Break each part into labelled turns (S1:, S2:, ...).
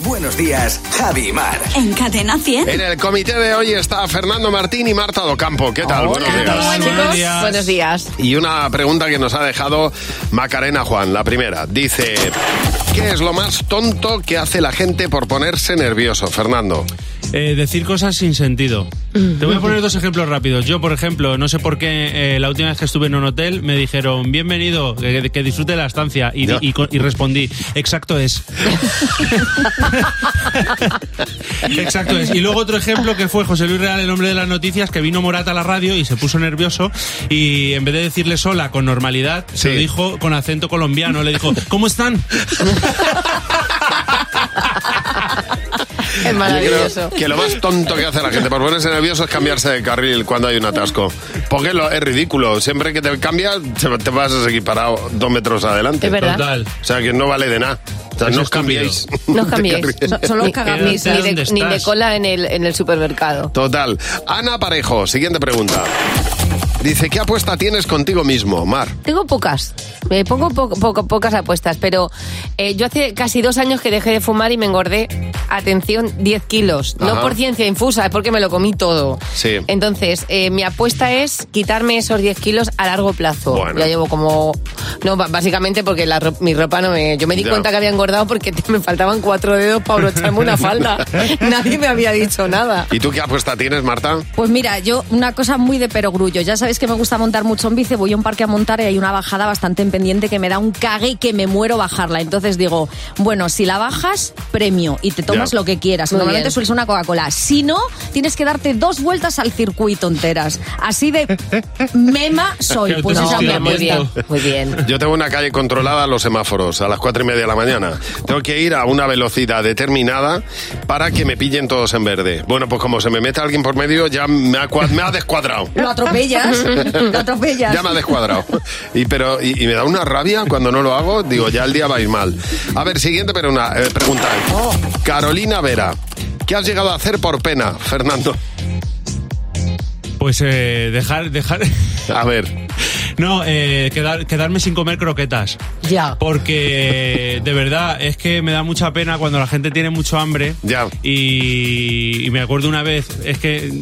S1: Buenos días, Javi y Mar.
S2: En Cadena 100.
S3: En el comité de hoy está Fernando Martín y Marta Docampo. ¿Qué tal? Buenos días.
S4: Buenos días. Buenos días.
S3: Y una pregunta que nos ha dejado Macarena Juan, la primera. Dice, ¿qué es lo más tonto que hace la gente por ponerse nervioso, Fernando?
S5: Eh, decir cosas sin sentido.
S4: Mm.
S5: Te voy a poner dos ejemplos rápidos. Yo, por ejemplo, no sé por qué eh, la última vez que estuve en un hotel me dijeron, bienvenido, que, que disfrute la estancia. Y,
S3: Ya.
S5: y co- y respondí, exacto es. exacto es. Y luego otro ejemplo que fue José Luis Real, el hombre de las noticias, que vino Morata a la radio y se puso nervioso. Y en vez de decirle sola con normalidad, se
S3: Sí.
S5: lo dijo con acento colombiano. Le dijo, ¿cómo están?
S4: Es
S3: Yo creo
S4: maravilloso.
S3: que lo más tonto que hace la gente por ponerse nervioso es cambiarse de carril cuando hay un atasco. Porque lo- es ridículo. Siempre que te cambias, te, te vas a seguir parado dos metros adelante.
S4: Es verdad.
S5: Total.
S3: O sea, que no vale de nada. O sea,
S5: Es
S3: no os
S5: estúpido.
S3: cambiéis.
S4: Pues No os cambiéis. So- Son los cagamis,
S5: Quédate
S4: ni de,
S5: donde
S4: ni de
S5: estás.
S4: cola en el, en el supermercado.
S3: Total. Ana Parejo, siguiente pregunta. Dice, ¿qué apuesta tienes contigo mismo, Mar?
S4: Tengo pocas, me pongo po- poco- pocas apuestas, pero eh, yo hace casi dos años que dejé de fumar y me engordé, atención, 10 kilos.
S3: Ajá.
S4: No por ciencia infusa, es porque me lo comí todo.
S3: Sí.
S4: Entonces, eh, mi apuesta es quitarme esos 10 kilos a largo plazo.
S3: Bueno.
S4: Ya llevo como... No, ba- básicamente porque la ro- mi ropa no me... Yo me di
S3: Ya.
S4: cuenta que había engordado porque te- me faltaban cuatro dedos para abrocharme una falda. Nadie me había dicho nada.
S3: ¿Y tú qué apuesta tienes, Marta?
S6: Pues mira, yo una cosa muy de perogrullo. Ya sabéis que me gusta montar mucho en bici. Voy a un parque a montar y hay una bajada bastante en pendiente que me da un cague y que me muero bajarla. Entonces digo, bueno, si la bajas, premio y te tomas
S3: Ya.
S6: lo que quieras.
S4: Muy
S6: Normalmente
S4: bien.
S6: suele ser una Coca-Cola. Si no, tienes que darte dos vueltas al circuito enteras. Así de mema soy. Pues
S5: No,
S6: esa
S5: sí,
S4: mira,
S6: me
S4: muy
S5: también.
S6: apuesta.
S4: bien, muy bien.
S3: Yo tengo una calle controlada a los semáforos a las cuatro y media de la mañana. Tengo que ir a una velocidad determinada para que me pillen todos en verde. Bueno, pues como se me mete alguien por medio, ya me ha, cua- me ha descuadrado.
S6: Lo atropellas, lo atropellas.
S3: Ya me ha descuadrado. Y, pero, y, y me da una rabia cuando no lo hago. Digo, ya el día va a ir mal. A ver, siguiente pero una, eh, pregunta. Carolina Vera, ¿qué has llegado a hacer por pena, Fernando?
S5: Pues eh, dejar, dejar...
S3: A ver,
S5: No, eh, quedar- quedarme sin comer croquetas.
S4: Ya.
S5: Porque de verdad es que me da mucha pena cuando la gente tiene mucho hambre.
S3: Ya.
S5: Y, y me acuerdo una vez, es que.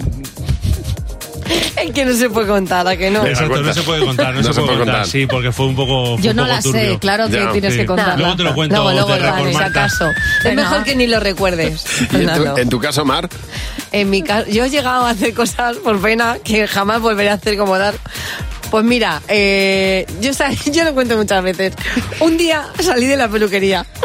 S4: Es que no se puede contar, ¿a que no?
S3: Me da
S5: Exacto,
S3: cuenta.
S5: no se puede contar, no, se, puede contar. Sí, porque fue un poco. fue
S6: Yo
S5: un
S6: no
S5: poco
S6: la sé,
S5: turbio.
S6: claro que
S3: Ya,
S6: tienes
S5: sí.
S6: que contarla.
S5: Luego te lo cuento,
S4: Luego, luego,
S5: te
S4: lo haces,
S5: reformata.
S4: acaso. Es
S6: Bueno.
S4: mejor que ni lo recuerdes.
S3: ¿y en,
S4: Fernando.
S3: tu, en tu caso, Mar?
S4: En mi caso, yo he llegado a hacer cosas por pena que jamás volveré a hacer como dar. Pues mira, eh, yo, sa- yo lo cuento muchas veces. Un día salí de la peluquería.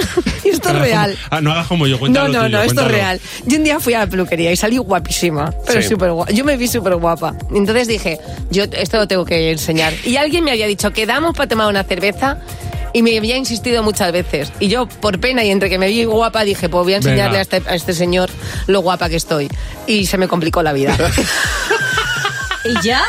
S4: Y esto es
S5: No hagas
S4: real.
S5: como- ah, no hagas como yo,
S4: No,
S5: cuéntalo
S4: no,
S5: tuyo,
S4: no, esto es
S5: cuéntalo.
S4: real. Yo un día fui a la peluquería y salí guapísima, pero
S3: Sí.
S4: súper guapa. Yo me vi súper guapa. Entonces dije, yo esto lo tengo que enseñar. Y alguien me había dicho, quedamos para tomar una cerveza. Y me había insistido muchas veces. Y yo, por pena y entre que me vi guapa, dije, pues voy a
S5: Venga.
S4: enseñarle a este, a este señor lo guapa que estoy. Y se me complicó la vida.
S6: ¿Y ya?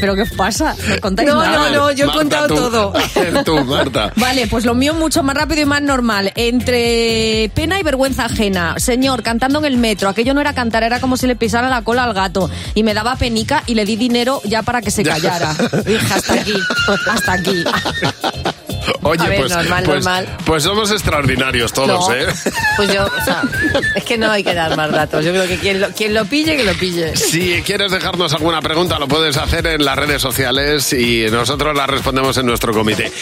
S6: ¿Pero qué os pasa? No contáis
S4: No,
S6: nada.
S4: no, no, yo he
S3: Marta,
S4: contado
S3: tú.
S4: todo.
S3: A ver tú, Marta.
S6: Vale, pues lo mío mucho más rápido y más normal. Entre pena y vergüenza ajena. Señor, cantando en el metro. Aquello no era cantar, era como si le pisara la cola al gato. Y me daba penica y le di dinero ya para que se callara. Dije, hasta aquí, hasta aquí.
S3: Oye,
S4: A ver,
S3: pues,
S4: normal,
S3: pues,
S4: normal.
S3: pues somos extraordinarios todos,
S4: No.
S3: ¿eh?
S4: Pues yo, o sea, es que no hay que dar más datos. Yo creo que quien lo, quien lo pille, que lo pille.
S3: Si quieres dejarnos alguna pregunta, lo puedes hacer en las redes sociales y nosotros la respondemos en nuestro comité.